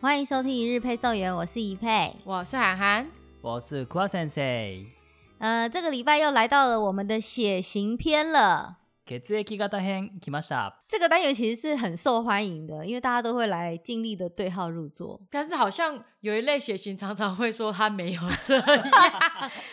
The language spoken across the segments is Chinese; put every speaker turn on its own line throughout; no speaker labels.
欢迎收听一日配送员，我是一佩。
我是涵涵，
我是 Qua Sensei。
呃，这个礼拜又来到了我们的血型篇了。
血液型編来ました。
这个单元其实是很受欢迎的，因为大家都会来尽力的对号入座。
但是好像有一类血型常常会说他没有 这样，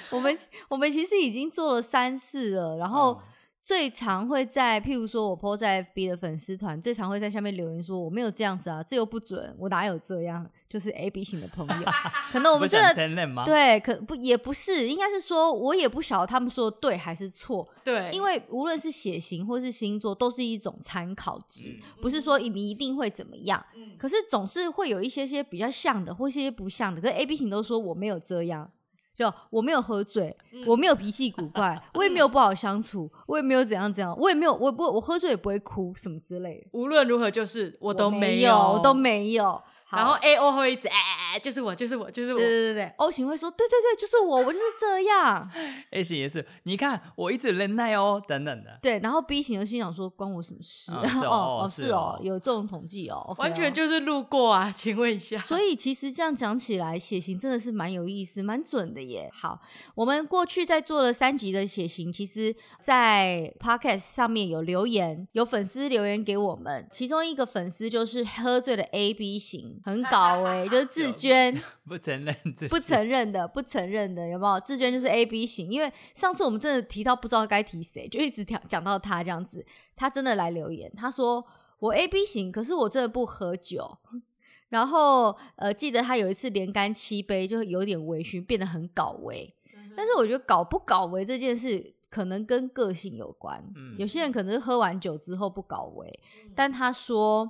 我们 我们其实已经做了三次了，然
嗯
后最常会在，譬如说我 PO 在 FB 的粉丝团，最常会在下面留言说我没有这样子啊，这又不准，我哪有这样？就是 A B 型的朋友，可能我
不
们真
想
的
承认吗？，
对，可不也不是，应该是说我也不晓得他们说的对还是错，
对，
因为无论是血型或是星座，都是一种参考值，不是说你一定会怎么样。
嗯
可是总是会有一些些比较像的，或一些些不像的。可是 A、B 型都说我没有这样，就我没有喝醉，我没有脾气古怪，我也没有不好相处，我也没有怎样怎样，我也没有我不我喝醉也不会哭什么之类的，
无论如何就是我
我
都
没
有，
我都。没有。
然后
好
A O 会一直哎、就是我，就是我，就是我
对。对对对，O 型会说对对对，就是我，我就是这样。
A 型也是。你看，我一直忍耐哦，等等的。
对，然后 B 型就心想说关我什么事？
嗯是哦
哦
哦
是
是
哦
哦，
有这种统计哦，
完全
就。
就是路过啊，请问一下，
所以其实这样讲起来，血型真的是蛮有意思、蛮准的耶。好，我们过去在做了三集的血型，其实，在 podcast 上面有留言，有粉丝留言给我们，其中一个粉丝就是喝醉的 A B 型，很搞哎、就是志娟
不承认自己。
不承认的，不承认的，有没有？志娟就是 A B 型，因为上次我们真的提到不知道该提谁，就一直讲讲到他这样子，他真的来留言，他说我 A B 型，可是我真的不喝酒。 然后呃，记得他有一次连干七杯，就有点微醺，变得很搞微。
嗯
但是我觉得搞不搞微这件事，可能跟个性有关。
嗯
有些人可能是喝完酒之后不搞微，但他说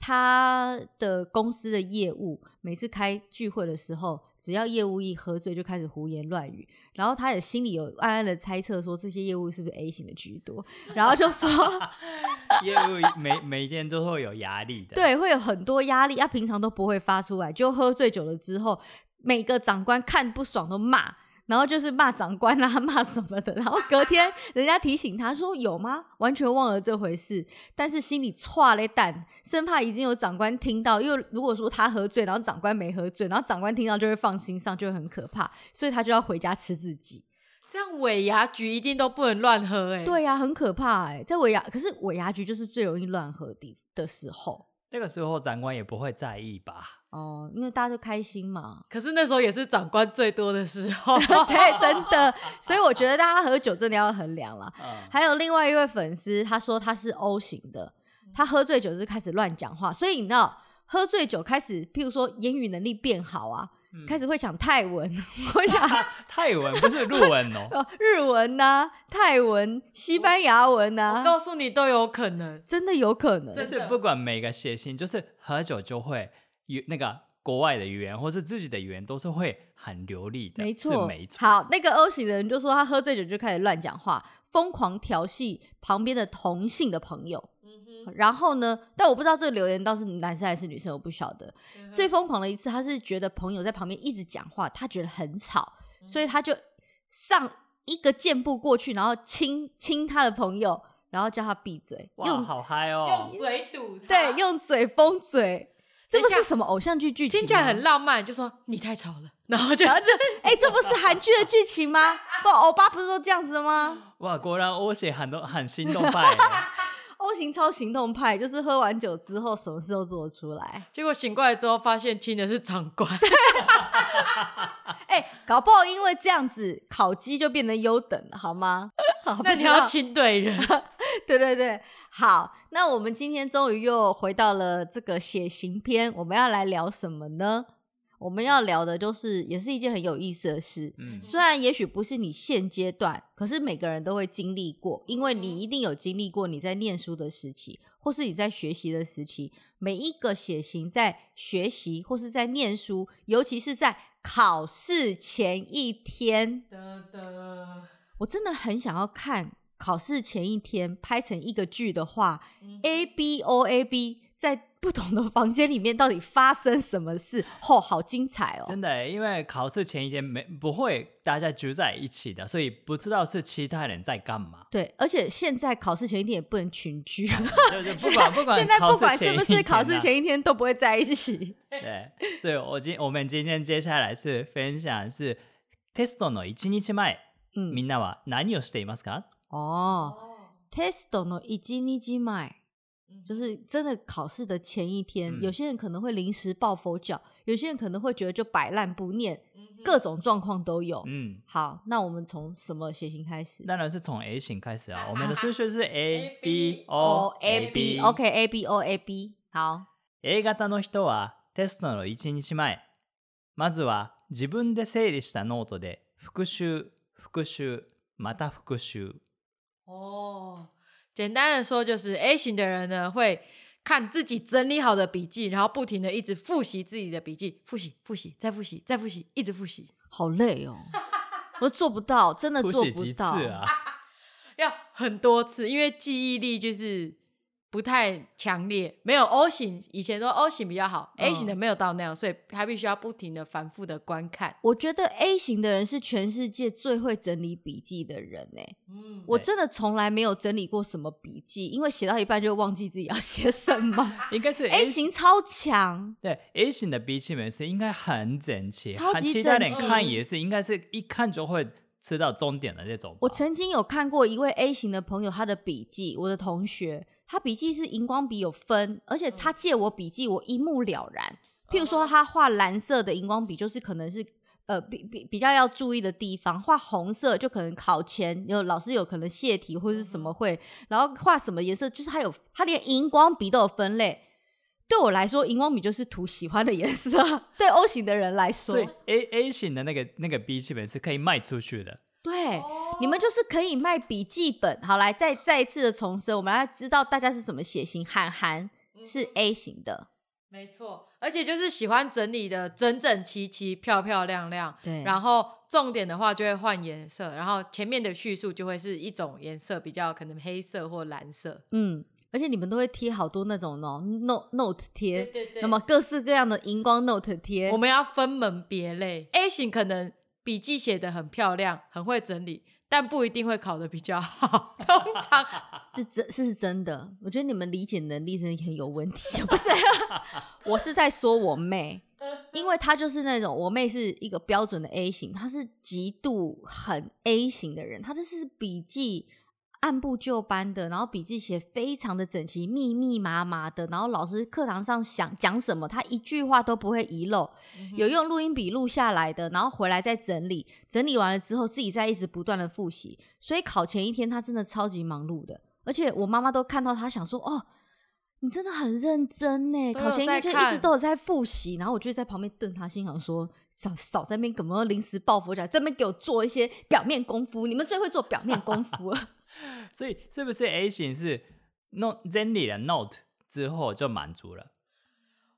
他的公司的业务每次开聚会的时候，只要业务一喝醉就开始胡言乱语，然后他也心里有暗暗的猜测说这些业务是不是 A 型的居多，然后就说
业务每每天都会有压力的。，
对，会有很多压力，他、啊平常都不会发出来，就喝醉酒了之后，每个长官看不爽都骂。然后就是骂长官啦、 骂什么的。然后隔天人家提醒他说：“有吗？完全忘了这回事。”但是心里歘嘞蛋，生怕已经有长官听到，因为如果说他喝醉，然后长官没喝醉，然后长官听到就会放心上，就会很可怕，所以他就要回家吃自己。
这样尾牙局一定都不能乱喝哎、
对呀、很可怕哎、在尾牙，可是尾牙局就是最容易乱喝的的时候
这个时候长官也不会在意吧？
哦，因为大家都开心嘛。
可是那时候也是长官最多的时 候，
对，真的。所以我觉得大家喝酒真的要衡量啦。
嗯，
还有另外一位粉丝，他说他是 O 型的，
嗯
他喝醉酒就开始乱讲话，所以你知道，喝醉酒开始，譬如说言语能力变好啊，
嗯
开始会讲泰文， 我 想
泰文不是日文哦。
呃日文呐、泰文、西班牙文
我
呐、
告诉你都有可 能。
真的有可能
就
真。
是不管每个血型，就是喝酒就会语那个国外的语言或是自己的语言都是会很流利的，
没
是
错，
没错。
好，那个 O 型的人就说他喝醉酒就开始乱讲话，疯狂调戏旁边的同性的朋友。
嗯
然后呢，但我不知道这个留言到底是男生还是女生，我不晓得。
嗯
最疯狂的一次，他是觉得朋友在旁边一直讲话，他觉得很吵，
嗯
所以他就上一个箭步过去，然后亲亲他的朋友，然后叫他闭嘴，
哇，
用
好嗨哦
用！嘴堵他，
对用嘴封嘴。 这
等一
不
下
是什么偶像剧剧情吗，
听起来很浪漫，就说你太吵了，然后就
然后就哎、这不是韩剧的剧情吗？不，欧巴不是都这样子的 吗
哇，果然欧血很多很心动 派耶。
？O 型超行动派，就是喝完酒之后什么事都做得出来。
结果醒过来之后发现亲的是长官，
哎、搞不好因为这样子，烤鸡就变得优等了，好 吗？好，
那
不
你
知道
要亲对人。
对对对，好。那我们今天终于又回到了这个血型篇，我们要来聊什么呢？我们要聊的就是，也是一件很有意思的事。
嗯，
虽然也许不是你现阶段，可是每个人都会经历过，因为
嗯
你一定有经历过你在念书的时期，或是你在学习的时期。每一个血型在学习或是在念书，尤其是在考试前一天，
得得，
我真的很想要看考试前一天拍成一个剧的话，A B O A B 在不同的房间里面到底发生什么事，哦，好精彩哦！。
真的欸，因为考试前一天没不会大家聚在一起的，所以不知道是其他人在干嘛
对，而且现在考试前一天也不能群居，
就是不管不管
现在
考
不
试
管
前
是不
一
是
天
考试
啊
前一天都不会在一起。
对，所以我今我们今天接下来是分享是テストの一日前、
嗯
み，んなは何をしていますか？
哦
哦，
，test の一日前。就是真的考试的前一天，
嗯
有些人可能会临时抱佛脚，有些人可能会觉得就摆烂不念，各
各
种状况都有。
嗯，
好，那我们从什么血型开始
当然是从 A 型开始啊。我们的顺序是 A B
B
O
A B OK A B O A B 好，
A 型の人はテストの1日前まずは自分で整理したノートで復習復習また復習
哦，简单的说就是 A 型的人呢会。看自己整理好的笔记，然后不停的一直复习自己的笔记，复习、复习、再复习、再复习，一直复习，
好累哦，我做不到，真的
复
做
习
不
几次
到。
啊？
要很多次，因为记忆力就是不太强烈。没有 O 型，以前说 O 型比较好、
嗯
a 型的没有到那样，所以他必须要不停的反复的观看。
我觉得 A 型的人是全世界最会整理笔记的人哎、
嗯，
我
对
真的从来没有整理过什么笔记，因为写到一半就忘记自己要 写什
嗯
么。
应该是
A 型超强，
对 A 型的笔记本是应该很整齐，
超级
和其他人
整
齐
看也是应该是一看就会吃到终点的那种吧。
我曾经有看过一位 A 型的朋友，他的笔记，我的同学，他笔记是荧光笔有分，而且
嗯
他借我笔记，我一目了然。譬如说，他画蓝色的荧光笔，就是可能是呃比比比较要注意的地方；画红色就可能考前有老师有可能泄题或是什
嗯
么会，然后画什么颜色，就是他有他连荧光笔都有分类。对我来说，荧光笔就是涂喜欢的颜色。 对 O 型的人来说
所，以 A A 型的那个那个笔记本是可以卖出去的。
对。
哦
你们就是可以卖笔记本。好，来再再一次的重申，我们要知道大家是什么血型。韩寒
嗯
是 A 型的，
没错，而且就是喜欢整理的整整齐齐、漂漂亮亮，
对
然后重点的话就会换颜色，然后前面的叙述就会是一种颜色，比较可能黑色或蓝色。
嗯，而且你们都会贴好多那种哦 note note 贴，
对对
那么各式各样的荧光 note 贴
我。们要分门别类。A 型可能笔记写的很漂亮，很会整理，但不一定会考的比较好。 通常
是真，这是真的。我觉得你们理解能力真的很有问题， 不是？我是在说我妹，因为她就是那种我妹是一个标准的 A 型，她是极度很 A 型的人，她就是笔记按部就班的，然后笔记写非常的整齐，密密麻麻的，然后老师课堂上想讲什么，她一句话都不会遗漏，有
嗯
用录音笔录下来的，然后回来再整理，整理完了之后自己再一直不断的复习，所以考前一天他真的超级忙碌的，而且我妈妈都看到他想说哦。你真的很认真呢，
都
考
有
前一天就
在
一直
看
都有在复习，然后我就在旁边瞪他，心想说：少少在那边怎么临时抱佛脚，在那边给我做一些表面功夫，你们最会做表面功 夫了。
所以是不是 A 型是 note 整理了 note 之后就满足了？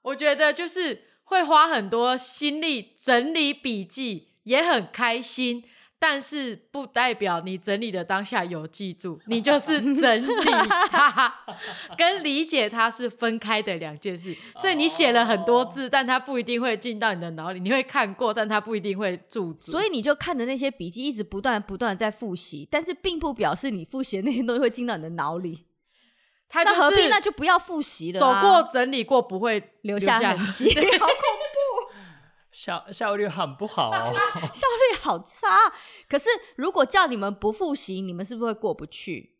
我觉得就是会花很多心力整理笔记，也很开心。但是不代表你整理的当下有记住，你就是整理它，跟理解它是分开的两件事。所以你写了很多字，但它不一定会进到你的脑里。你会看过，但它不一定会驻足。
所以你就看着那些笔记一直不断不断的在复习，但是并不表示你复习的那些东西会进到你的脑里。
它就是
那何必那就不要复习了
走
啊、
过整理过不会
留下痕 迹，
对
好恐
效效率很不好哦。
怖效率好差。可是如果叫你们不复习，你们是不是会过不去？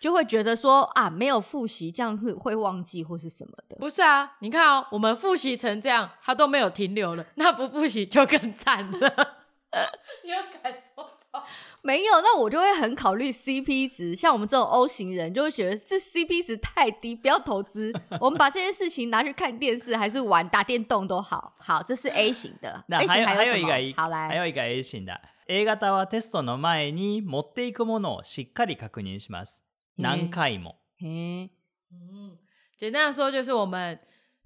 就会觉得说啊，没有复习这样会会忘记或是什么的。
不是啊，你看哦，我们复习成这样，他都没有停留了，那不复习就更惨了。 你有感受到？
没有，那我就会很考虑 CP 值。像我们这种 O 型人，就会觉得这 CP 值太低，不要投资。我们把这些事情拿去看电视，还是玩打电动都好。好，这是 A 型的。
那
A
还
型
有
还
有
什
一
么？
个
好
还
来，
有一个 A 型的 A 型はテストの前に持っていくものをしっかり確認します。
嗯
何回も。
诶
嗯，简单的说就是我们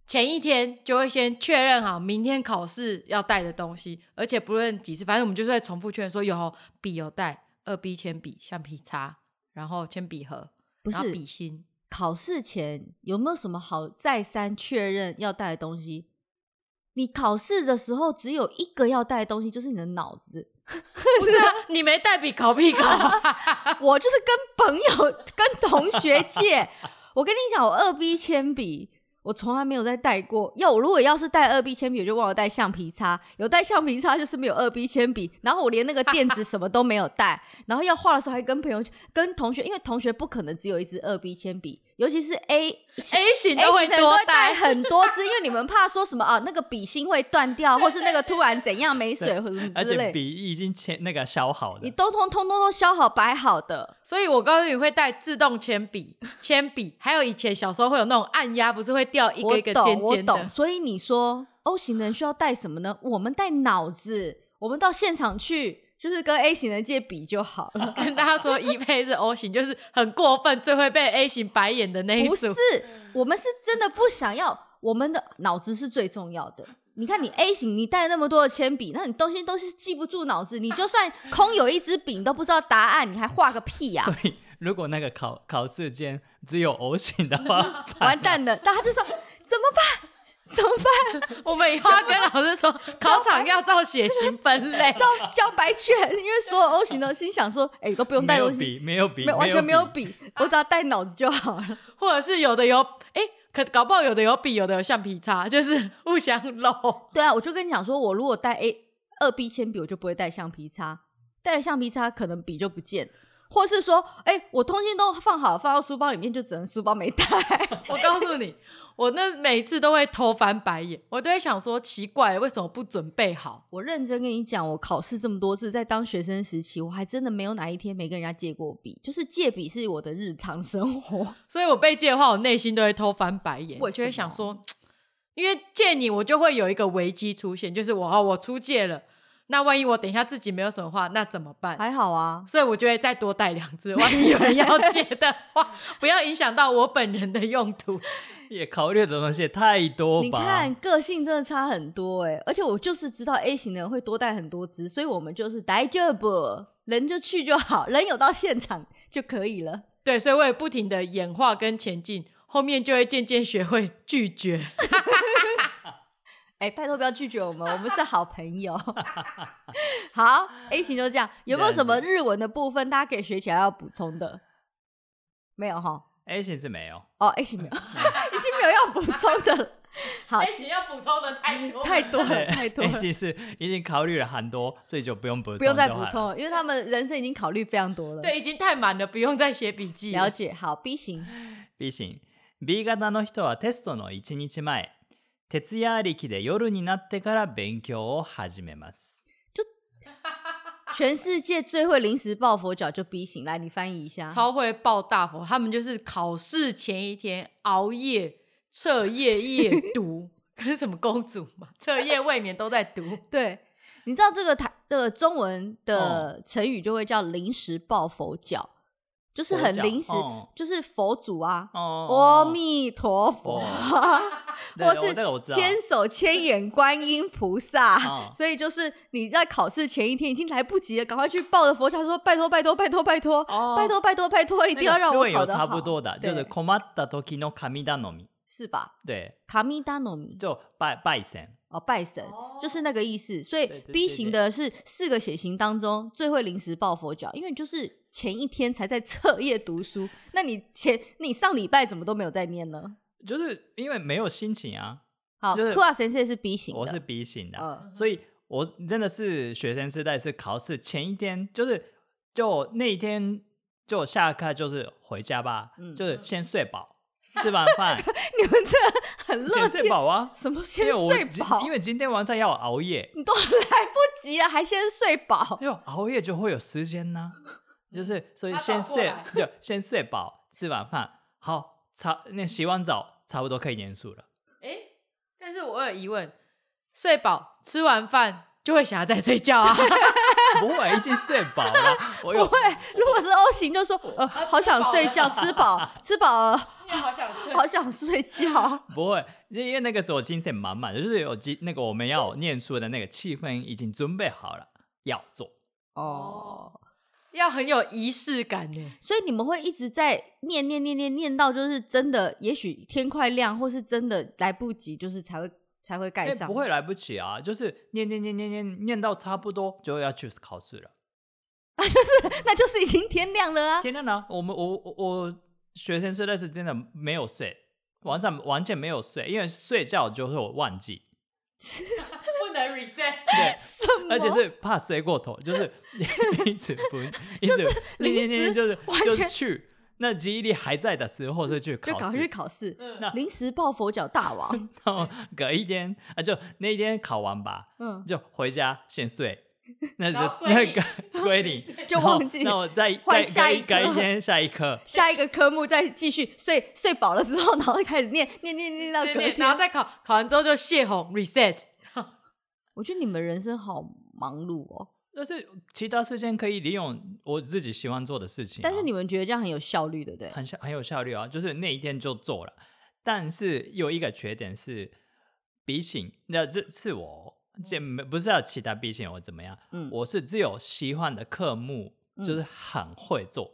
前一天就会先确认好明天考试要带的东西，而且不论几次，反正我们就是会重复确认说有哦笔有带，二 B 铅笔、橡皮擦，然后铅笔盒，
不
然后
是
笔芯。
考试前有没有什么好再三确认要带的东西？你考试的时候只有一个要带的东西，就是你的脑子。
不是啊，你没带笔考屁考 啊，
我就是跟朋友、跟同学借。我跟你讲，我二 B 铅笔我从来没有再带过。要我如果要是带二 B 铅笔，我就忘了带橡皮擦。有带橡皮擦就是没有二 B 铅笔。然后我连那个垫子什么都没有带。然后要画的时候还跟朋友、跟同学，因为同学不可能只有一支二 B 铅笔，尤其是 A
A 型
A 型
都会
的人哎都
多
会带
带。
很多支，因为你们怕说什么啊，那个笔芯会断掉，或是那个突然怎样没水或者什么
而
之
且
类，
笔已经切那个削好
你
的，
都通通通都削好摆好的。
所以我告诉你会带自动铅 笔、铅笔，还有以前小时候会有那种按压，不是会掉一个
我
一个
懂，
尖
我
尖
懂。
的。
所以你说 O 型人需要带什么呢？我们带脑子，我们到现场去就是跟 A 型人借笔就好了。
跟大家说，一配是 O 型，就是很过分，最会被 A 型白眼的那
哎
一
不是
组。，
我们是真的不想要，我们的脑子是最重要的。你看，你 A 型，你带那么多的铅笔，那你东西都是记不住脑子，你就 算空有一支笔，你都不知道答案，你还画个屁呀、
所以如果那个考考试间只有 O 型的话，
完蛋了！大家就说怎么办？怎么 办？
我们以后要跟老师说，考场要照血型分类。
叫叫白犬，因为所有 O 型的心想说，哎、都不用
没
带
有
东 西，
笔，没有笔，
没有完全没有
笔。
笔，我只要带脑子就好了。
或者是有的有，哎、可搞不好有的有笔，有的有橡皮擦，就是互相 搂。
对啊，我就跟你讲说，我如果带 A 二 B 铅笔，我就不会带橡皮擦，带了橡皮擦可能笔就不见，或是说，哎、我通讯都放好了，放到书包里面，就只能书包没带。
我告诉你，我那每次都会偷翻白眼，我都会想说奇怪，为什么不准备好？
我认真跟你讲，我考试这么多次，在当学生时期，我还真的没有哪一天没跟人家借过笔，就是借笔是我的日常生活。
所以我被借的话，我内心都会偷翻白眼，
为
我
什
就
么
会想说，嘖因为借你，我就会有一个危机出现，就是我哦，我出借了，那万一我等一下自己没有什么话，那怎么办？
还好啊，
所以我就会再多带两只，万一有人要借的话，不要影响到我本人的用途。
也考虑的东西也太多吧？
你 看个性真的差很多哎、而且我就是知道 A 型的人会多带很多支，所以我们就是大丈夫，人就去就好，人有到现场就可以了。
对，所以我也不停的演化跟前进，后面就会渐渐学会拒绝。
哎、拜托不要拒绝我们，我们是好朋友。 好，A 型就这样。有没有什么日文的部分大家可以学起来要补充的？没有哈。
A 型是没有，
哦，A 型没有，已经没有要补充的了。好，
行，哎要补充的太多
太多了，
对
太多
A
了，
型是已经考虑了很多，所以就不用补充，
不用再补充。了，因为他们人生已经考虑非常多了。，
对，已经太满了，不用再写笔记
了解。好，B 型
B 型 B 型型の人はテストの1日前、徹夜ありきで夜になってから勉強を始めます。
全世界最会临时抱佛脚就 B 型，来你翻译一下。
超会抱大佛，他们就是考试前一天熬夜彻夜夜读， 跟什么公主嘛，彻夜未眠都在读。
对，你知道这个台的中文的成语就会叫临时抱佛脚，就是很
佛脚
临时，
哦
就是佛祖啊，阿
哦
弥陀佛，
对
或
对我这个我
是
知道
千手千眼观音菩萨。
哦
所以就是你在考试前一天已经来不及了，赶快去抱着佛脚说拜托拜托拜托拜托、
哦
拜托拜托拜托，一
那
定要
个
让我
日文
考
有
得
差
好。
不多的，啊就是
对
困った時の神頼み。
是吧？
对，
卡米达诺米
就拜拜神。
哦，拜神、就是那个意思。所以
对对
B
对
型
对
的是四个血型当中最会临时抱佛脚，因为你就是前一天才在彻夜读书，那你前你上礼拜怎么都没有在念呢？
就是因为没有心情啊，
好，
就是
库瓦神社是 B 型的，
我是 B 型的，
嗯
所以我真的是学生时代是考试前一天，就是就那一天就下课就是回家吧，
嗯
就是先睡饱，吃完 饭
你们这很乐
先睡
天，
饱啊，
什么先
因为我
睡
今
饱？
因为今天晚上要熬夜，
你都来不及了，还先睡 饱？
因为熬夜就会有时间呐、 就是所以
他
先
倒过
睡
来
就先睡饱，吃完饭好差那洗完澡差不多可以念书了，
哎、但是我有疑问，睡饱吃完饭就会想要再睡 觉啊？
不会已经睡饱了，我有
不会，如果是 O 型，就说呃，好想睡觉，吃饱，
啊
吃饱了，
好想睡
好想睡 觉。
不会，就因为那个时候精神满满的，就是有精那个我们要念书的那个气氛已经准备好了，要做。
哦，
要很有仪式感呢。
所以你们会一直在念念念念念到，就是真的，也许天快亮，或是真的来不及，就是才会才会盖
哎，
上。
不会来不及啊，就是念念念念念念到差不多就要去考试了。
啊，就是那就是已经天亮了啊。
天亮了，我们我我我学生时代是真的没有睡，晚上完全没有睡，因为睡觉就会忘记，
不能 reset。
对，
什么？
而且是怕睡过头，就是 一直 不一直念
临
念念
时
就是
完
就
全
是去。那记忆力还在的时候是去
就
考
考
试
去，考试，
嗯
那
临时抱佛脚大 王。
然后隔一天啊，就那一天考完吧，
嗯，
就回家先睡， 那
然
就
后归
那
零
个归零，
就
然后
忘记
那我再
换
再
下一
改
科
改天下一 科，
下一个科目再继续睡睡饱了之后，然后开始念 念念念到隔
对对
天。
然后再考，考完之后就泄洪 reset。
我觉得你们人生好忙碌哦，
但是其他时间可以利用我自己喜欢做的事情啊、
但是你们觉得这样很有效率，对不对？
很效很有效率啊，就是那一天就做了。但是有一个缺点是，比起那这是我，这没不是要其他比起我怎么样，
嗯
我是只有喜欢的科目，就是很会做。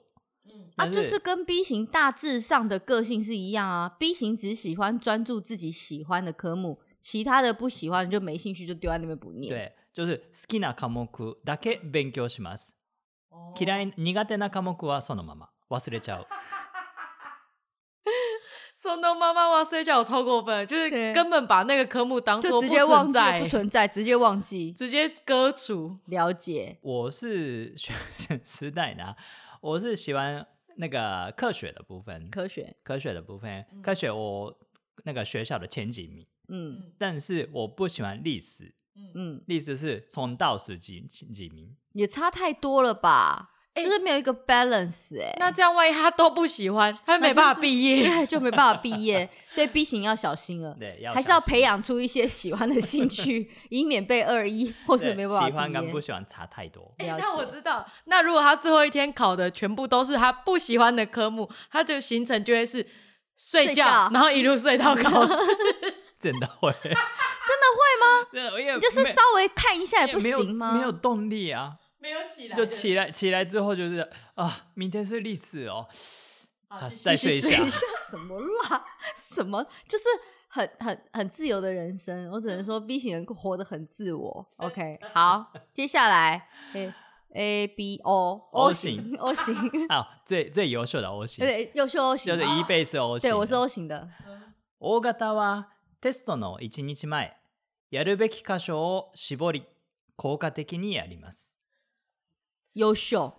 嗯
啊，
但
就是跟 B 型大致上的个性是一样啊。B 型只喜欢专注自己喜欢的科目，其他的不喜欢就没兴趣，就丢在那边不念。，
对，就是好きな科目だけ勉強します。
哦
嫌い苦手な科目はそのまま忘れ ちゃう。
送到妈妈哇塞，叫我超过分，就是
对
根本把那个科目当
就
做
直
不
接忘记
存在
不，存在，直接忘记。
直接割除。
了解，
我是学生时代呢，我是喜欢那个科学的部分，
科学，
科学的部分，科学我那个学校的前几名，
嗯
但是我不喜欢历史，
嗯，
历史是从到十几几名，
也差太多了吧？
哎
就是没有一个 balance 哎、
那这样万一他都不喜欢，他
那就
没
是
办法毕 业。
对，就没办法毕业，所以 B 型要小心了。
对，要
还是要
小心
培养出一些喜欢的兴 趣，以免被二一或
对
是没办
喜
法
欢
毕
跟
业
不。喜欢差太多。
哎
了
那我
解
知道，那如果他最后一天考的全部都是他不喜欢的科目，他就行程就会是睡觉，
睡觉
然后一路睡到考试。
真的 会，真的会吗？对，
你就是稍微看一下也不行吗？
没有动力啊，
没有起来
就起来起来之后就是啊，明天是历史哦，啊，
继续
再睡
去
一
睡
下
一。下什么啦？ 什么就是很很很自由的人生，我只能说 B 型人活得很自我。OK，好， 接下来 A A B O
O
型 O 型，
啊，最最优秀的 O 型，
对，优秀 O 型
就
嘛，
是一倍是 O
对
型的。
我是 O 型的，
大型はテストの1日前、やるべき箇所を絞り、効果的にやります。
优秀。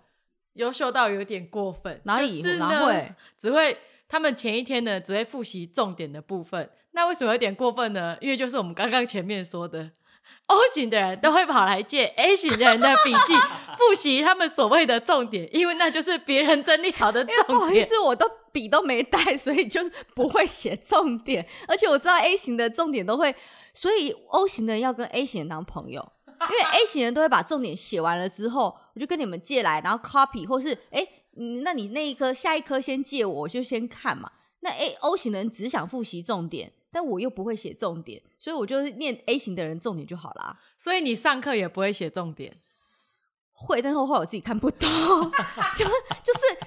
优秀到有点过分，
哪里
就是
哪会
呢？只会他们前一天呢，只会复习重点的部分。那为什么有点过分呢？因为就是我们刚刚前面说的，O 型的人都会跑来借 A 型的人的笔 记复习他们所谓的重点，因为那就是别人整理好的
因为不
重
好意
点。
思，我都笔都没带， 所以就不会写重点。而且我知道 A 型的重点都会，所以 O 型的人要跟 A 型人当朋友，因为 A 型人都会把重点写完了之后，我就跟你们借来，然后 copy，或是哎、嗯那你那一科下一科先借我，我就先看嘛。那 A O 型的人只想复习重点，但我又不会写重点，所以我就是念 A 型的人重点就好啦。
所以你上课也不会写重点。
会，但是后来我自己看不懂， 就就是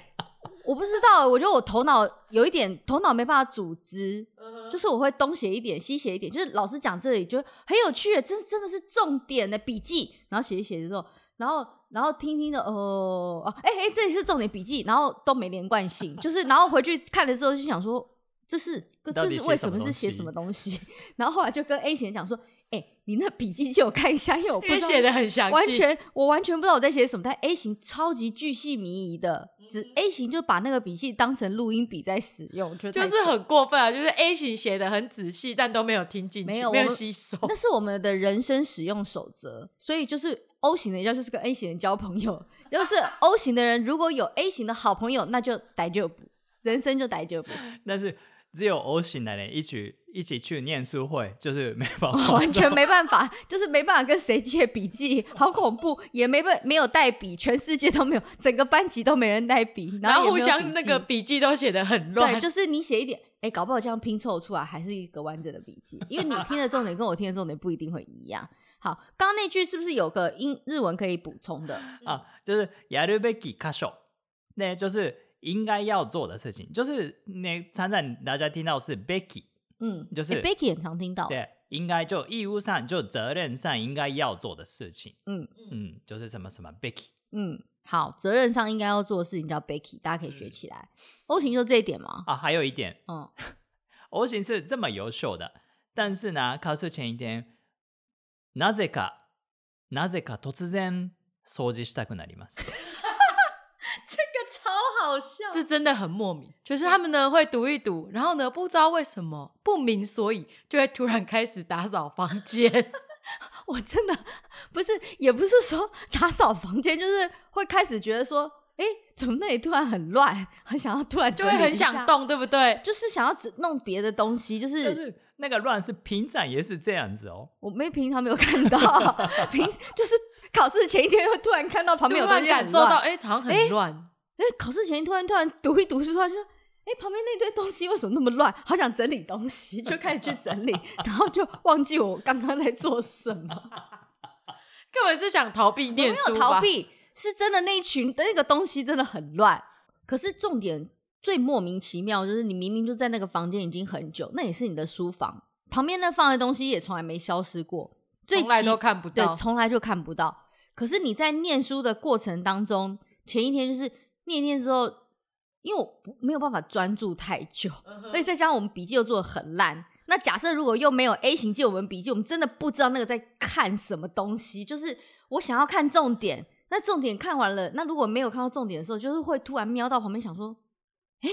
我不知道，我觉得我头脑有一点头脑没办法组织，就是我会东写一点，西写一点，就是老师讲这里就很有趣，真真的是重点的笔记，然后写一写的时候，然后然后听听的哦，哦，哎、哎、这里是重点笔记，然后都没连贯性，就是然后回去看了之后就想说。这是这
到底
是
写
为
什
什
么
么
东
是写
西
什么东西？ 然后后来就跟 A 型讲说：“哎、你那笔记借我看一下，因为我不
因为
知道
写的很详细，
完全我完全不知道我在写什么，但 A 型超级巨细靡遗的，
嗯
只 A 型就把那个笔记当成录音笔在使用，我觉得
就
太
是
扯
很过分啊！就是 A 型写的很仔细，但都没有听进去，
没有
没有
我们
吸收。
那是我们的人生使用守则，所以就是 O 型的要就是跟 A 型人交朋友，就是 O 型的人如果有 A 型的好朋友，那就逮就补，人生就逮就 补，，
但是只有 O 型的人一起一起去念书会，就是没办法
完全没办法，就是没办法跟谁借笔记，好恐怖，也没办没有带笔，全世界都没有，整个班级都没人带笔，
然
后
后
也
互
没有
相
笔
那
记
个笔记都写的很
对，
乱，
就是你写一点，哎、搞不好这样拼凑出来还是一个完整的笔记，因为你听的重点跟我听的重点不一定会一样。好，刚刚那句是不是有个英日文可以补充的？
啊，就是やるべき箇所，那就是应该要做的事情，就是那常常大家听到是 Becky，
嗯，
就是
诶 Becky 很常听到，
对，应该就义务上就责任上应该要做的事情，
嗯
嗯，就是什么什么 Becky，
嗯，好，责任上应该要做的事情叫 Becky，大家可以
嗯
学起来。O 型就这一点嘛，
啊，还有一点
嗯，
O 型是这么优秀的，但是呢，考试前一天，なぜかなぜか突然掃除したくなり ます。
这个超好笑
这真的很莫名，就是
嗯
他们呢会读一读，然后呢不知道为什么不明所以，就会突然开始打扫房 间。
我真的不是，也不是说打扫房间，就是会开始觉得说，哎、怎么那里突然很乱，很想要突然
就会
整理
很
一下
想，动，对不对？
就是想要只弄别的东西，就
就是是那个乱是平常也是这样子哦。
我没平常没有看到， 平就是考试前一天会突然看到旁边有
突
东
然
西
感
很
受到，
乱，
哎、好像
哎
很乱。
哎、考试前突然突然读一读，就突然就说。哎、旁边那堆东西为什么那么乱？好想整理东西，就开始去整理，然后就忘记我刚刚在做什么。
根本是想逃避
我没
念书
有
吧？
逃避，是真的那一群那个东西真的很乱。可是重点最莫名其妙就是，你明明就在那个房间已经很久，那也是你的书房，旁边那放的东西也从来没消失过，最
从来
奇
都看不到
对，。从来就看不到。可是你在念书的过程当中，前一天就是念一念之后，因为我不没有办法专注太久，
嗯
而且再加上我们笔记又做的很烂。那假设如果又没有 A 型借我们笔记，我们真的不知道那个在看什么东西。就是我想要看重点，那重点看完了，那如果没有看到重点的时候，就是会突然瞄到旁边想说，哎、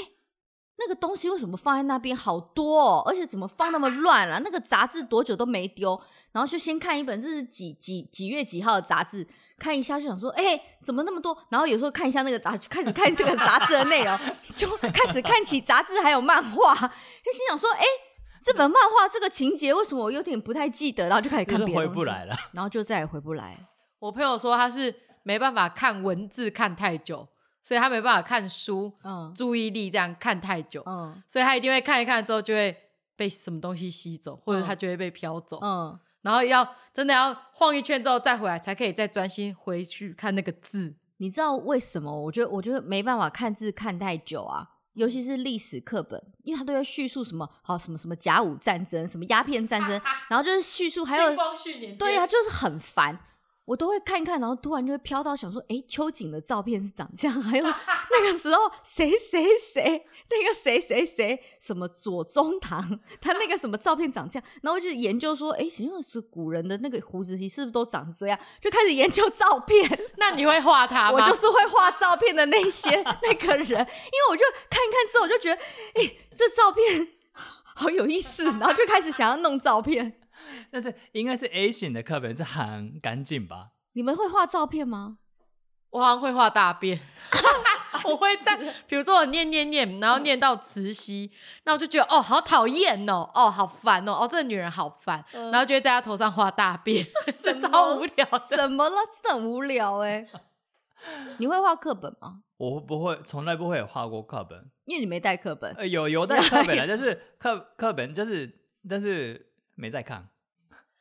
那个东西为什么放在那边好多哦？而且怎么放那么乱啊？那个杂志多久都没丢，然后就先看一本，这是几几几月几号的杂志，看一下就想说，哎、怎么那么多？然后有时候看一下那个杂志，开始看这个杂志的内容， 就开始看起杂志还有漫画，就心想说，哎、这本漫画这个情节为什么我有点不太记得？然后就开始
就
看
是
别的
回
东西
不来了，
然后就再也回不来。
我朋友说他是没办法看文字看太久，所以他没办法看书，
嗯
注意力这样看太久，
嗯
所以他一定会看一看之后就会被什么东西吸走，或者他就会被飘走。
嗯，
然后要真的要晃一圈之后再回来，才可以再专心回去看那个字。
你知道为什么？我觉得我觉得没办法看字看太久啊。尤其是历史课本，因为他都会叙述什么好什么什么甲午战争、什么鸦片战争，然后就是叙述还有
光绪年
对呀、啊就是很烦。我都会看一看，然后突然就会飘到想说，诶，秋瑾的照片是长这样，还有 那个时候谁谁谁，那个谁谁谁，什么左宗棠，他那个什么照片长这样， 然后我就研究说，诶，秦二是古人的那个胡子其实是不是都长这样？就开始研究照片，
那你会画它吗？
我就是会画照片的那些 那个人，因为我就看一看之后，我就觉得，诶，这照片 好有意思，然后就开始想要弄照片。
但是应该是 A 型的课本是很干净吧？
你们会画照片吗？
我好像会画 大便，我会在，比如说我念念念，然后念到慈禧，那我就觉得哦，好讨厌哦，哦，好烦哦，哦，这个女人好烦，
嗯
然后就会在她头上画大便，
什么
就 超无聊 的。
什么了？真的很无聊哎、你会画课本吗？
我不会，从来不会有画过课本。
因为你没带课本。
呃，有有带课本了，但是课课本就是但是没在看。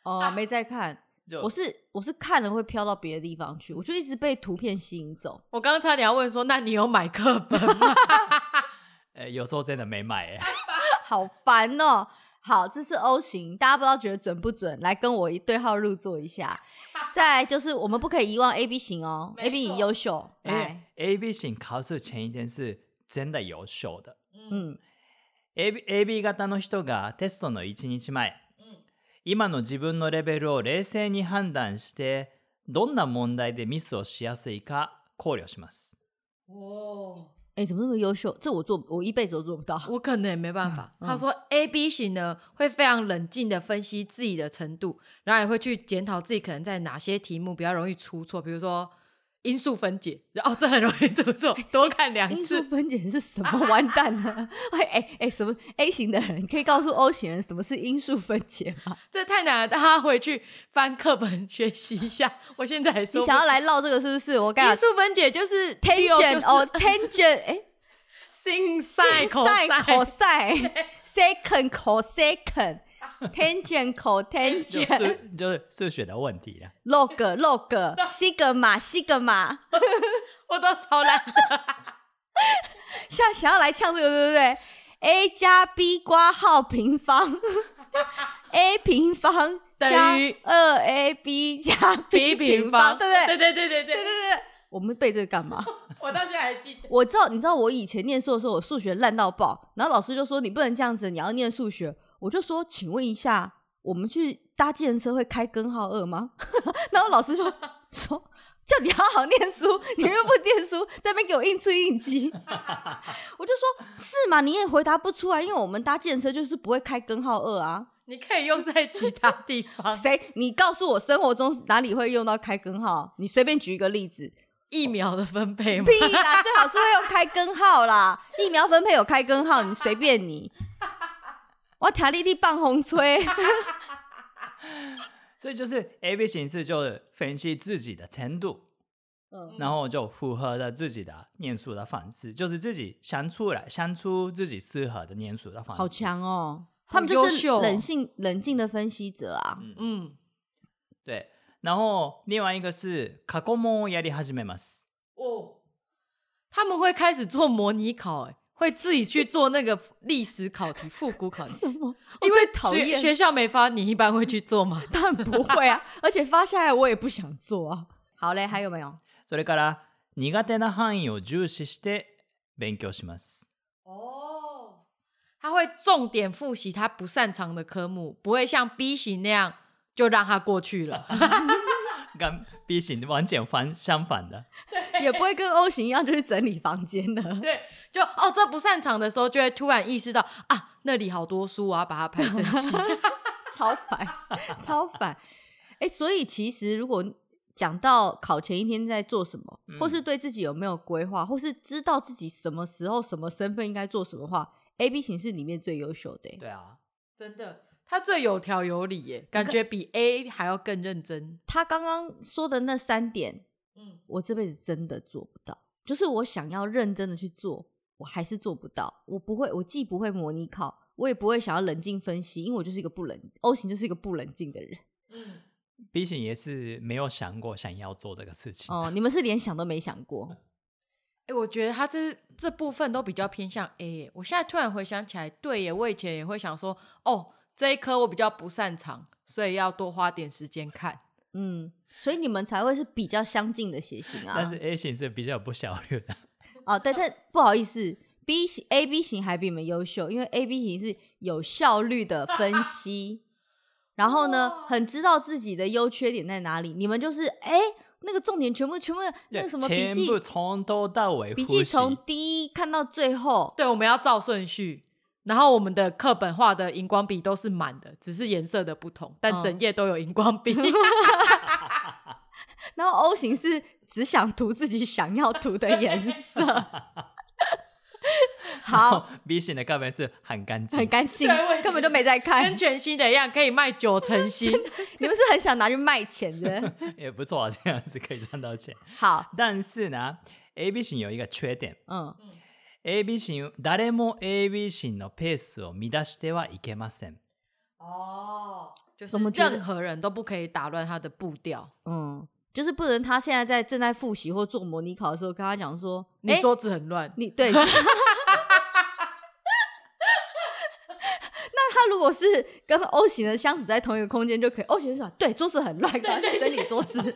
哦，没在看。
就
我是我是看了会飘到别的地方去，我就一直被图片吸引 走。
我刚刚差点要问说，那你有买课本吗？
呃有时候真的没买哎。
好烦哦。好，这是 O 型，大家不知道觉得准不准？来跟我一对号入座一下。再来就是我们不可以遗忘 A B 型哦
没错
，A B 很优秀。来，
哎，A B 型考试前一天是真的優秀的。
嗯
A B A B 型の人がテストの1日前
うん、
今の自分のレベルを冷静に判断して、どんな問題でミスをしやすいか考慮します。
哦，
哎、怎么那么优秀？这我做我一辈子都做不到。
我可能也没办法。
嗯
他说 A B 型呢会非常冷静的分析自己的程度，然后也会去检讨自己可能在哪些题目比较容易出错，比如说因数分解，哦，这很容易出错，多看两
哎因数
次。
分解是什 么？完蛋了！哎哎哎，什么 A 型的人可以告诉 O 型人什么是因数分解吗？
这太难了，大家回去翻课本学习一下。我现在还说
你
不
想要来唠这个是不是？我跟
因
你讲
数分解就是六就
，tangent
是
哦，tangent，哎
sin sin cos
cosine second cosecond tangential
就
tangent
是就是数学的问题了。
log log sigma sigma，
我都超懒的。
像想要来呛这个对不对？a 加 b 括号平方 a 平方加
等于
二 a b 加
b
平
平方，
对不对？
对对对对
对对对
对，
对，我们背这个干嘛？
我到现在还记得。
我知道，你知道我以前念书的时候，我数学烂到爆，然后老师就说你不能这样子，你要念数学。我就说，请问一下，我们去搭计程车会开根号二吗？ 然后老师就说。叫你好好念书，你又不念书，在那边给我硬吃硬挤。我就说是嘛，你也回答不出来，因为我们搭计程车就是不会开根号二啊。
你可以用在其他地方，
谁？你告诉我生活中哪里会用到开根号？你随便举一个例子。
疫苗的分配吗？
屁啦，最好是会用开根号啦。 疫苗分配有开根号，你随便 你。我听你你放风吹，
所以就是 A B 形式就是分析自己的程度，
嗯
然后就符合了自己的念书的方式，就是自己想出来想出自己适合的念书的方式。
好！强哦！
好
他们就
优
是
秀哦
冷静、冷静的分析者啊。
嗯，
嗯，
对。然后另外一个是過去問をやり始めます。
哦，他们会开始做模拟考、哎，会自己去做那个历史考题、复古考题，
什么？
因为
讨
嗯学
厌，
学校没发，你一般会去做吗？
当然不会啊。而且发下来我也不想做啊。好嘞，还有没有？
それから苦手な範囲を重視して勉強します。
哦，他会重点复习他不擅长的科目，不会像 B 型那样就让他过去了。
跟 B 型完全反相反的。
也不会跟 O 型一样，就是整理房间的。
对，就哦，这不擅长的时候，就会突然意识到啊，那里好多书，我要把它排整齐。
超烦， 超烦。哎、所以其实如果讲到考前一天在做什么，
嗯
或是对自己有没有规划，或是知道自己什么时候、什么身份应该做什么话，A B 型是里面最优秀的、欸。
对啊，
真的，他最有条有理耶，感觉比 A 还要更认真。
他刚刚说的那三点，
嗯，
我这辈子真的做不到。就是我想要认真的去做，我还是做不到。我不会，我既不会模拟考，我也不会想要冷静分析，因为我就是一个不冷 O 型，就是一个不冷静的人。
嗯，
B 型也是没有想过想要做这个事情。
哦，你们是连想都没想过。
哎、我觉得他这这部分都比较偏向 A 耶。我现在突然回想起来，对耶，我以前也会想说，哦，这一科我比较不擅长，所以要多花点时间看。
嗯，所以你们才会是比较相近的血型
但
啊
是。A 型是比较不效率的，
哦，对，但不好意思，B 型、A、B 型还比你们优秀，因为 A、B 型是有效率的分析，然后呢，
哇
很知道自己的优缺点在哪里。你们就是哎，那个重点全部全部那个什么笔
全
记，
部从头到尾
笔
复
记
习。
从第一看到最后。
对，我们要照顺序。然后我们的课本画的荧光笔都是满的，只是颜色的不同，但
嗯
整页都有荧光笔。
然后 O 型是只想涂自己想要涂的颜色。好，
B 型的课本是很干净
很，干净
对我也，
根本就没在看
跟。全新的一样，可以卖九成新。
你们是很想拿去卖钱的。
也不错啊，这样子可以赚到钱。
好，
但是呢，AB 型有一个缺点
嗯，
，AB 型誰も AB 型のペースを乱してはいけません。
哦，就是
怎么觉得
任何人都不可以打乱他的步调。
嗯，就是不能他现在在正在复习或做模拟考的时候，跟他讲说，
你
诶
桌子很乱，
你对。 那他如果是跟 O 型的相处在同一个空间，就可以 O 型就说对桌子很乱，赶快去整理桌子。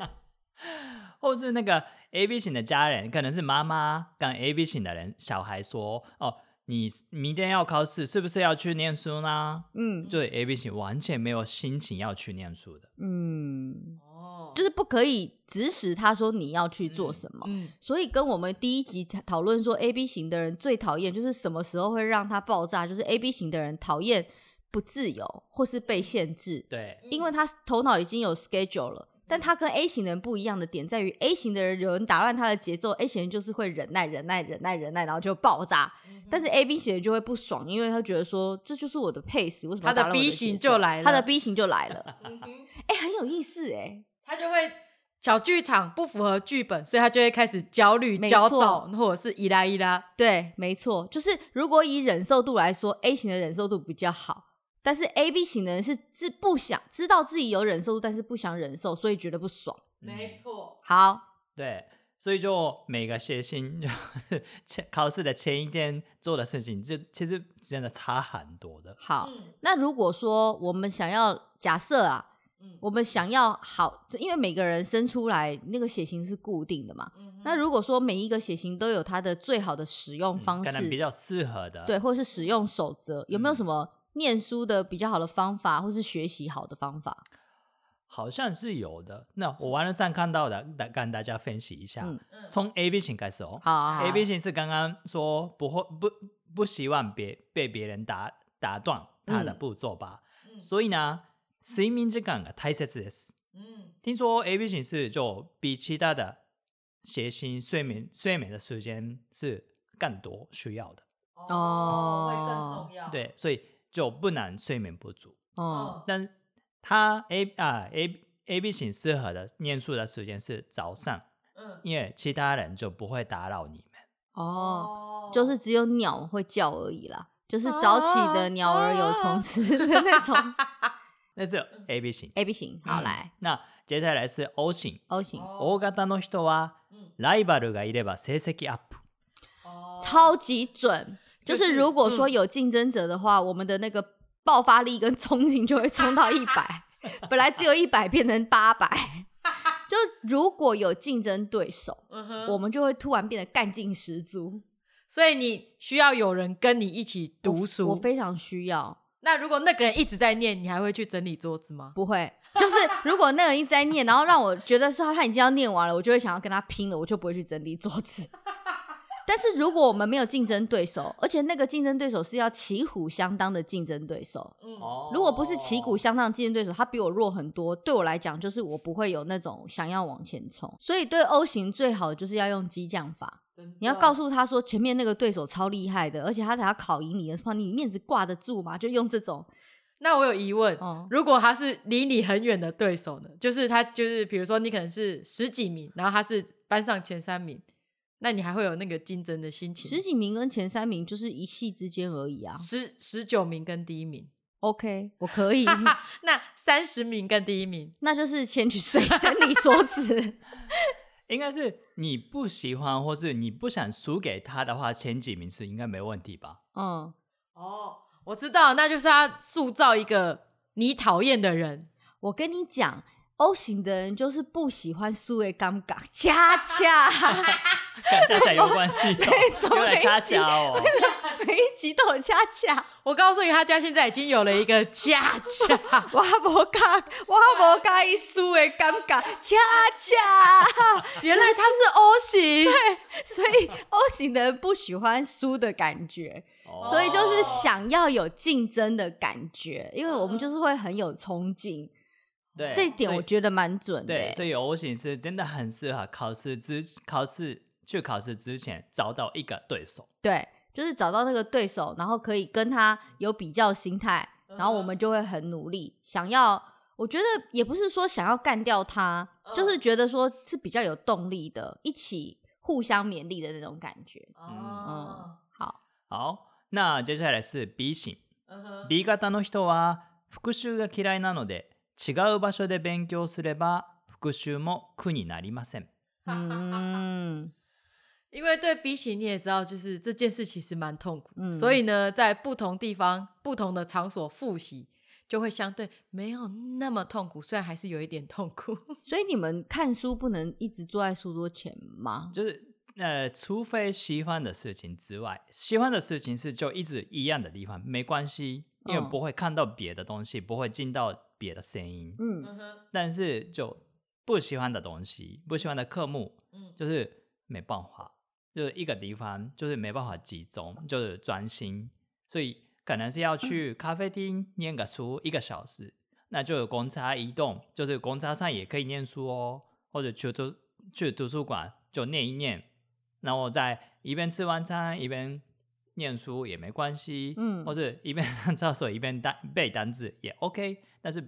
或是那个 A B 型的家人，可能是妈妈跟 A B 型的人小孩说：“哦，你明天要考试，是不是要去念书呢
嗯？”
就是 A B 型完全没有心情要去念书的。
嗯，
哦
就是不可以指使他说你要去做什么。
嗯，
所以跟我们第一集讨论说，A B 型的人最讨厌就是什么时候会让他爆炸，就是 A B 型的人讨厌不自由或是被限制。
对，
因
嗯
为他头脑已经有 schedule 了。但他跟 A 型的人不一样的点在于，A 型的人有人打乱他的节奏，A 型人就是会忍耐、忍耐、忍耐、忍耐，然后就爆炸。
嗯
但是 A B 型人就会不爽，因为他觉得说这就是我的 pace，为什么要
他的
打乱我
B
节
型
奏
就来了
他的 B 型就来 了。
嗯哼
哎、很有意思哎、
他就会小剧场不符合剧本，所以他就会开始焦虑、
没
焦
错
躁，或者是依拉
嗯
依拉。
对，没错，就是如果以忍受度来说，A 型的忍受度比较好，但是 A、B 型的人是自不想知道自己有忍受度，但是不想忍受，所以觉得不爽。
没错，
好，
对，所以就每个学生 前考试的前一天做的事情，就其实真的差很多的。
好，
嗯
那如果说我们想要假设啊，
嗯
我们想要好，因为每个人生出来那个血型是固定的嘛。
嗯
嗯
那如果说每一个血型都有它的最好的使用方
可能比
式，
较适合的。
对，，或者是使用守则，有没有
嗯
什么念书的比较好的方法，或是学习好的方法？
好像是有的。那我网络上看到的，大跟大家分析一下。
嗯
嗯
从 A B 型开始哦。
好啊好
A
啊
B 型是刚刚说不会不不希望别被别人打打断他的
嗯
步骤吧。
嗯
所以呢，睡眠啊時間が大切です。
嗯
听说 A B 型是就比其他的血型睡眠睡眠的时间是更多需要的。
哦，会
哦
更重要。，嗯
对，所以就不能睡眠不足。
哦，
但他 A 啊 A A B 型适合的念书的时间是早上，
嗯，
因为其他人就不会打扰你们。
哦，就是只有鸟会叫而已啦，就是早起
哦
的鸟儿有虫吃的那种。
那是 A B 型。
嗯 A B 型，好
哦嗯
来。
那接下来是 O 型。
O 型，
O
哦，
型の人は
嗯
ライバルがいれば成績アップ。
哦
超级准。就
就是
是如果说
嗯
有竞争者的话，我们的那个爆发力跟冲劲就会冲到一 百，本来只有一百变成八百。就如果有竞争对手，
嗯哼，
我们就会突然变得干劲十足。
所以你需要有人跟你一起读书。
我非常需要，
那如果那个人一直在念，你还会去整理桌子吗？
不会。就是如果那个人一直在念，然后让我觉得说他已经要念完了，我就会想要跟他拼了，我就不会去整理桌子。但是如果我们没有竞争对手，而且那个竞争对手是要旗鼓相当的竞争对手，
嗯，
哦
哦如果不是旗鼓相当的竞争对手，他比我弱很多，对我来讲就是我不会有那种想要往前冲。所以对 O 型最好的就是要用激将法，
嗯
你要告诉
诉
他说前面那个对手超厉害的，而且他才要考赢你的话，你面子挂得住吗？就用这种，
那我有疑问，
嗯，
如果他是离你很远的对手呢？就是他就是比如说你可能是十几名，然后他是班上前三名，那你还会有那个竞争的心情？
十几名跟前三名就是一系之间而已啊。
十十九名跟第一名，
OK，我可以，
那三十名跟第一名，
那就是先去睡，整理桌子。
应该是你不喜欢或是你不想输给他的话，前几名是应该没问题吧？
嗯，
哦，我知道，那就是他塑造一个你讨厌的人。
我跟你讲。O 型的人就是不喜欢输的尴尬，恰恰。
跟恰恰有关系、哦
对，怎么
有点恰恰哦。
每一集都有恰恰，
我告诉你，他家现在已经有了一个恰 恰，
我无甲，我无甲意输的感 觉，恰恰。
原来他是 O 型，
所以 O 型的人不喜欢输的感觉，
哦
所以就是想要有竞争的感觉，因为我们就是会很有冲劲，
对
这一点
所以
我觉得蛮准的、
对，所
欸。
以 O 型是真的很适合考试之考试去考试之前找到一个对手。
对，就是找到那个对手，然后可以跟他有比较心态，
嗯
然后我们就会很努力，想要。我觉得也不是说想要干掉他，
嗯
就是觉得说是比较有动力的，一起互相勉励的那种感觉。
嗯哦，
好，那接下来是 B 型。
嗯哼
B 型の人は復習が嫌いなので違う場所で勉強すれば復習も苦になりません。
嗯，
因为对 B 型你也知道，就是这件事其实蛮痛苦，
嗯
所以呢，在不同地方、不同的场所复习，就会相对没有那么痛苦，虽然还是有一点痛苦。
所以你们看书不能一直坐在书桌前吗？
就是呃，除非喜欢的事情之外，喜欢的事情是就一直一样的地方，没关系，因为
嗯
不会看到别的东西，不会进到别的声音。
嗯，
哼，
但是就不喜欢的东西，不喜欢的科目，
嗯
就是没办法，就是一个地方就是没办法集中，就是专心，所以可能
嗯
是要去咖啡厅念个书一个小时，那就有公差移动，就是公差上也可以念书哦，或者去图去图书馆就念一念，然后再一边吃晚餐一边。念书也没关系，
嗯
或者一边 上厕所一边单背单字也 OK，但是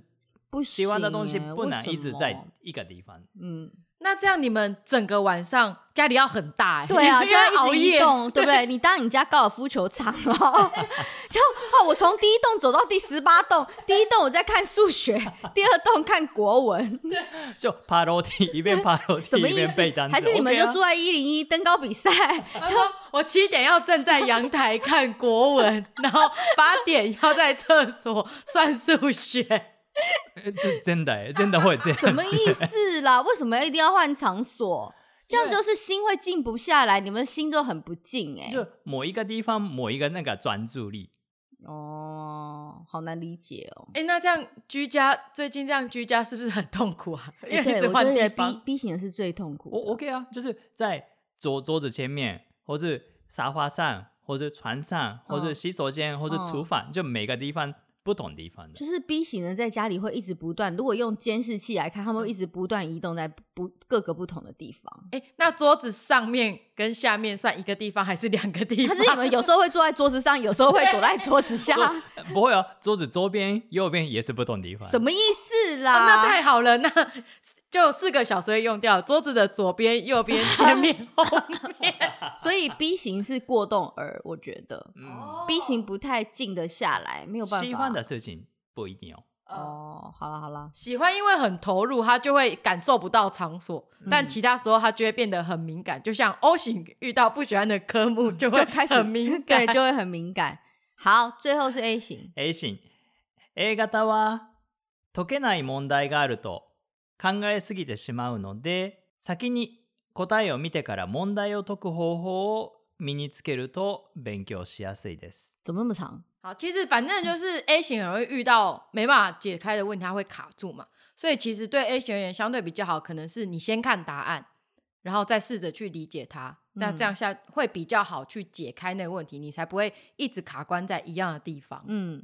不行、欸，
喜欢的东西不能
为什
一直
么
在一个地方。
嗯，
那这样你们整个晚上家里要很大哎、欸，
对啊，
因
就
为
要
熬
一直移
夜，
动，对不 对？你当你家高尔夫球场哦，就哦，我从第一栋走到第十八栋，第一栋我在看数学，第二栋看国文，
就爬楼梯，一边爬楼
什
梯
么
一
意
边
思
背单？词，
还是你们
OK 啊
就住在一零一登高比赛？
他说我七点要站在阳台看国文， 然后八点要在厕所算数学。
呃 这真的欸真的会这 样，
什么意思啦？为什么一定要换场所？这样
因为
就是心会静不下来，你们心就很不静哎、
就某一个地方某一个那个专注力，
哦，好难理解哦。
哎、那这样居家最近这样居家是不是很痛苦啊？因
哎
为一
对，
直
我
换
觉
地
得 B
方。
B 型的是最痛苦的。
我 OK 啊，就是在桌桌子前面，或是沙发上，或是床上，或
哦
是洗手间，或是
哦
厨房，就每个地方不同地方的
就。是 B 型的在家里会一直不断，如果用监视器来看，他们会一直不断移动在不各个不同的地方。
哎、那桌子上面跟下面算一个地方还是两个地
他
方？啊
是你 们有时候会坐在桌子上，有时候会躲在桌子 下，
呃不会啊，桌子周边、右边也是不同地方。
什么意思啦？
啊那太好了，那就四个小时会用掉桌子的左边、右边、前面、后面。
所以 B 型是过动儿，我觉得、
嗯，
B 型不太静得下来，哦没有办法。
喜欢的事情不一定哦。
哦
哦，好了好了，
喜欢，因为很投入，他就会感受不到场所，
嗯
但其他时候他就会变得很敏感。就像 O 型遇到不喜欢的科目，就会
嗯就开始
很敏 感。
对，就会很敏感。好，最后是 A 型，
A 型 A 型は解けない問題があると考えすぎてしまうので先に答えを見てから問題を解く方法を身につけると勉強しやすいです。
怎么那么长？
好，其实反正就是 A 型人会遇到没办法解开的问题，他会卡住嘛。所以其实对 A 型人相对比较好，可能是你先看答案，然后再试着去理解它。那这样下会比较好去解开那个问题，你才不会一直卡关在一样的地方。
嗯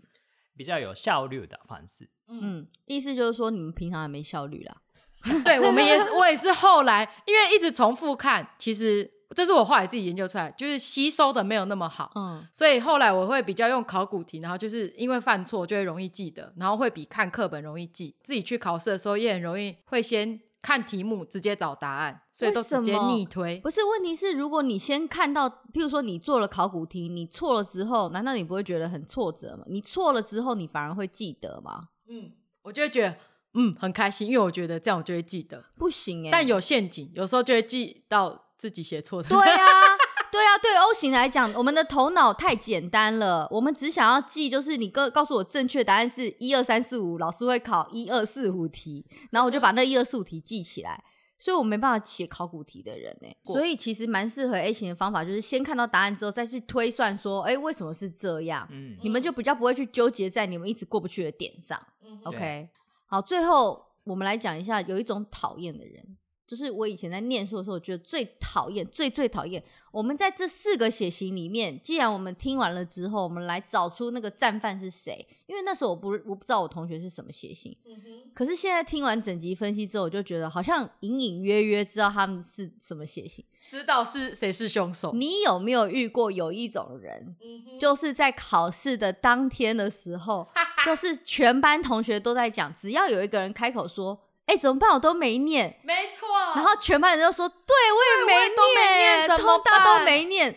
比较有效率的方式。
嗯，意思就是说你们平常也没效率啦。
嗯 对我们也是，我也是后来因为一直重复看，其实这是我后来自己研究出来，就是吸收的没有那么好。
嗯，
所以后来我会比较用考古题，然后就是因为犯错就会容易记得，然后会比看课本容易记。自己去考试的时候也很容易会先看题目，直接找答案，所以都直
为
接
什么
逆推。
不是，问题是如果你先看到，譬如说你做了考古题，你错了之后，难道你不会觉得很挫折吗？你错了之后，你反而会记得吗？
嗯，我就会觉得嗯很开心，因为我觉得这样我就会记得。
不行哎、
但有陷阱，有时候就会记到自己写错的。
对啊， 对啊，对 O 型来讲，我们的头脑太简单了，我们只想要记，就是你告告诉我正确答案是一二三四五，老师会考一二四五题，然后我就把那一二四五题记起来。所以我没办法写考古题的人哎、所以其实蛮适合 A 型的方法，就是先看到答案之后再去推算说，哎、为什么是这样？
嗯，
你们就比较不会去纠结在你们一直过不去的点上。
嗯哼
OK，好，最后我们来讲一下，有一种讨厌的人，就是我以前在念书的时候，觉得最讨厌、最最讨厌。我们在这四个血型里面，既然我们听完了之后，我们来找出那个战犯是谁，因为那时候我不我不知道我同学是什么血型，
嗯
可是现在听完整集分析之后，我就觉得好像隐隐约约知道他们是什么血型。
知道是谁是凶手。
你有没有遇过有一种人，
嗯哼
嗯就是在考试的当天的时 候，就是全班同学都在讲，只要有一个人开口说：“哎、怎么办？我都没念。
没错。”
然后全班人就说：“对，我也
哦对我也都没
念，
念怎么
通大都
办
没念。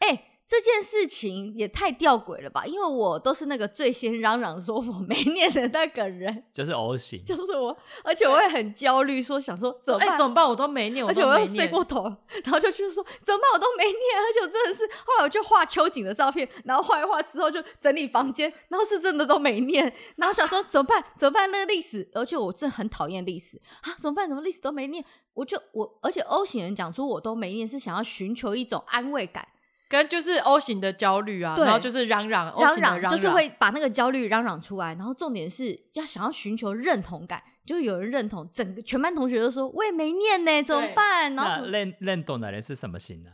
哎，这件事情也太吊诡了吧！因为我都是那个最先嚷嚷说我没念的那个人，
就是 O 型，
就是我，而且我会很焦虑，说想说怎么
哎、
办？
怎么办？我都没念，
而且
都
我
没
又睡
念
过头，然后就去说怎么办？我都没念，而且我真的是后来我就画秋瑾的照片，然后画一画之后就整理房间，然后是真的都没念，然后想说怎么办？怎么办？那个历史，而且我真的很讨厌历史啊，怎么办？怎么历史都没念？我就我，而且 O 型人讲出我都没念，是想要寻求一种安慰感，
跟就是 O 型的焦虑啊，
对
然后哦就是嚷嚷，O
嚷
型的
嚷，
嚷
就是会把那个焦虑嚷嚷出来，然后重点是要想要寻求认同感，就有人认同，整个全班同学都说我也没念呢，怎么
对
办？然后
那
什么
认认懂的人是什么型 呢、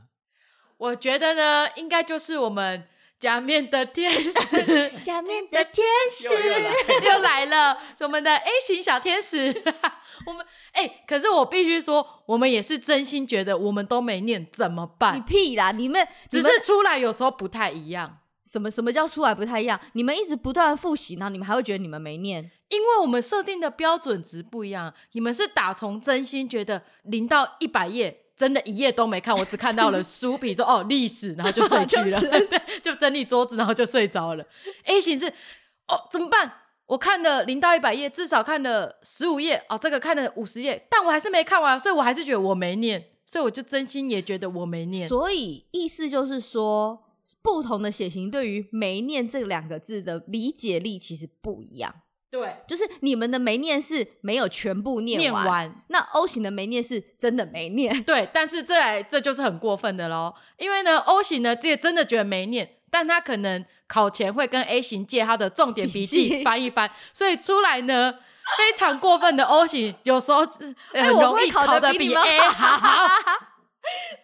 我觉得呢，应该就是我们假面的天使
假面
哎
的天使。
又来了
又来了，我们的 A 型小天使。 我们哎、可是我必须说，我们也是真心觉得我们都没念怎么
你
办？
屁啦！你们
啊只
你们
是出来有时候不太一样。
什么什么叫出来不太一样？你们一直不断的复习，然后你们还会觉得你们没念，
因为我们设定的标准值不一样，你们是打从真心觉得零到一百页。真的，一页都没看，我只看到了书皮说哦历史，然后就睡去 了，
就
对，就整理桌子，然后就睡着了。A 型是哦怎么办？我看了零到一百页，至少看了十五页哦，这个看了五十页，但我还是没看完，所以我还是觉得我没念，所以我就真心也觉得我没念。
所以意思就是说，不同的血型对于“没念”这两个字的理解力其实不一样。
对，
就是你们的没念是没有全部念
念
完，
完
那 O 型的没念是真的没念。
对，但是这来这就是很过分的喽，因为呢，O 型呢，这真的觉得没念，但他可能考前会跟 A 型借他的重点笔
笔
记
记
翻一翻，所以出来呢。非常过分的 O 型，有时候呃
哎
很
我
容
会
易
考
考
得
得
比
比
你们
A 好。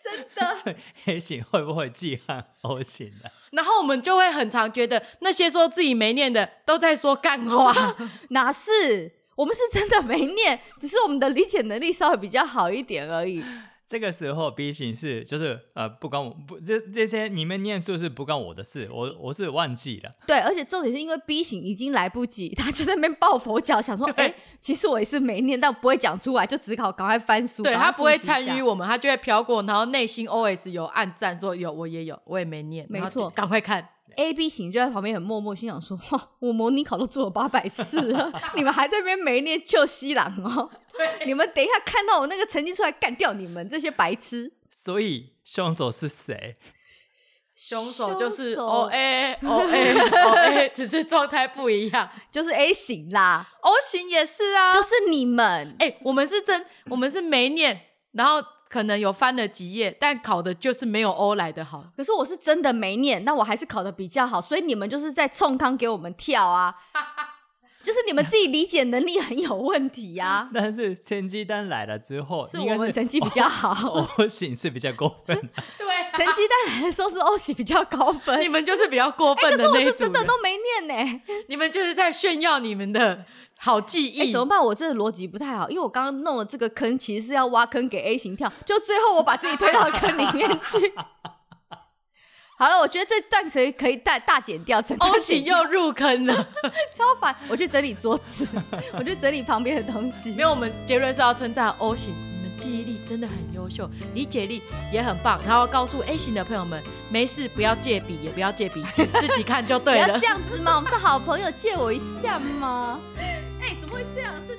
真的，
所以 A 型会不会记恨 O 型呢、
然后我们就会很常觉得那些说自己没念的都在说 干话。
哪是？我们是真的没念，只是我们的理解能力稍微比较好一点而已。
这个时候 B 型是就是呃不关我不这这些你们念书是不关我的事，我我是忘记了。
对，而且重点是因为 B 型已经来不及，他就在那边抱佛脚，想说：“哎、
对
其实我也是没念，但我不会讲出来，就只考赶快翻书。”
对他不会参与
我。
我们，他就会飘过，然后内心 OS 有暗赞说有我也有，我也没念，
没
然后就
错
赶快看。
A、B 型就在旁边很默默心想说：“哇，我模拟考都做了八百次了，你们还在那边没念旧西郎 哦？你们等一下看到我那个成绩出来，干掉你们这些白痴！
所以凶手是谁？
凶手就是哦哎
凶手
O A O A O A，只哦哎 是状态不一样。
就是 A 型啦，
O 型也是啊，
就
就是
你们。
哎、我们是真，我们是没念，然后可能有翻了几页，但考的就是没有 O 来的好。
可是我是真的没念，但我还是考的比较好，所以你们就是在冲康给我们跳啊！就是你们自己理解能力很有问题呀、
但是成绩单来了之后，
是
应
我
该
们
是
成绩比较好，
O 型是比哦较过分的。
对、
成绩单来的时候是 O 型比较高分。
你们就是比较过
哎、
分
可
的
是我
那一
是
组
真
人、
的都没念呢、
你们就是在炫耀你们的好记
哎、
忆。
怎么办？我这个逻辑不太好，因为我刚刚弄了这个坑，其实是要挖坑给 A 型跳，就最后我把自己推到坑里面去。好了，我觉得这段可以可以大大减掉，整段
O
剪
型
掉
又入坑了，
超烦。我去整理桌 子，我去整理旁边的东西
没。有，我们杰瑞是要称赞 O 型，你们记忆力真的很优秀，理解力也很棒，然后告诉 A 型的朋友们，没事不要借笔，也不要借笔记，自己看就
不
对
要
了
这。样子嘛，我们是好朋友，借我一下嘛。哎、怎么会这样？这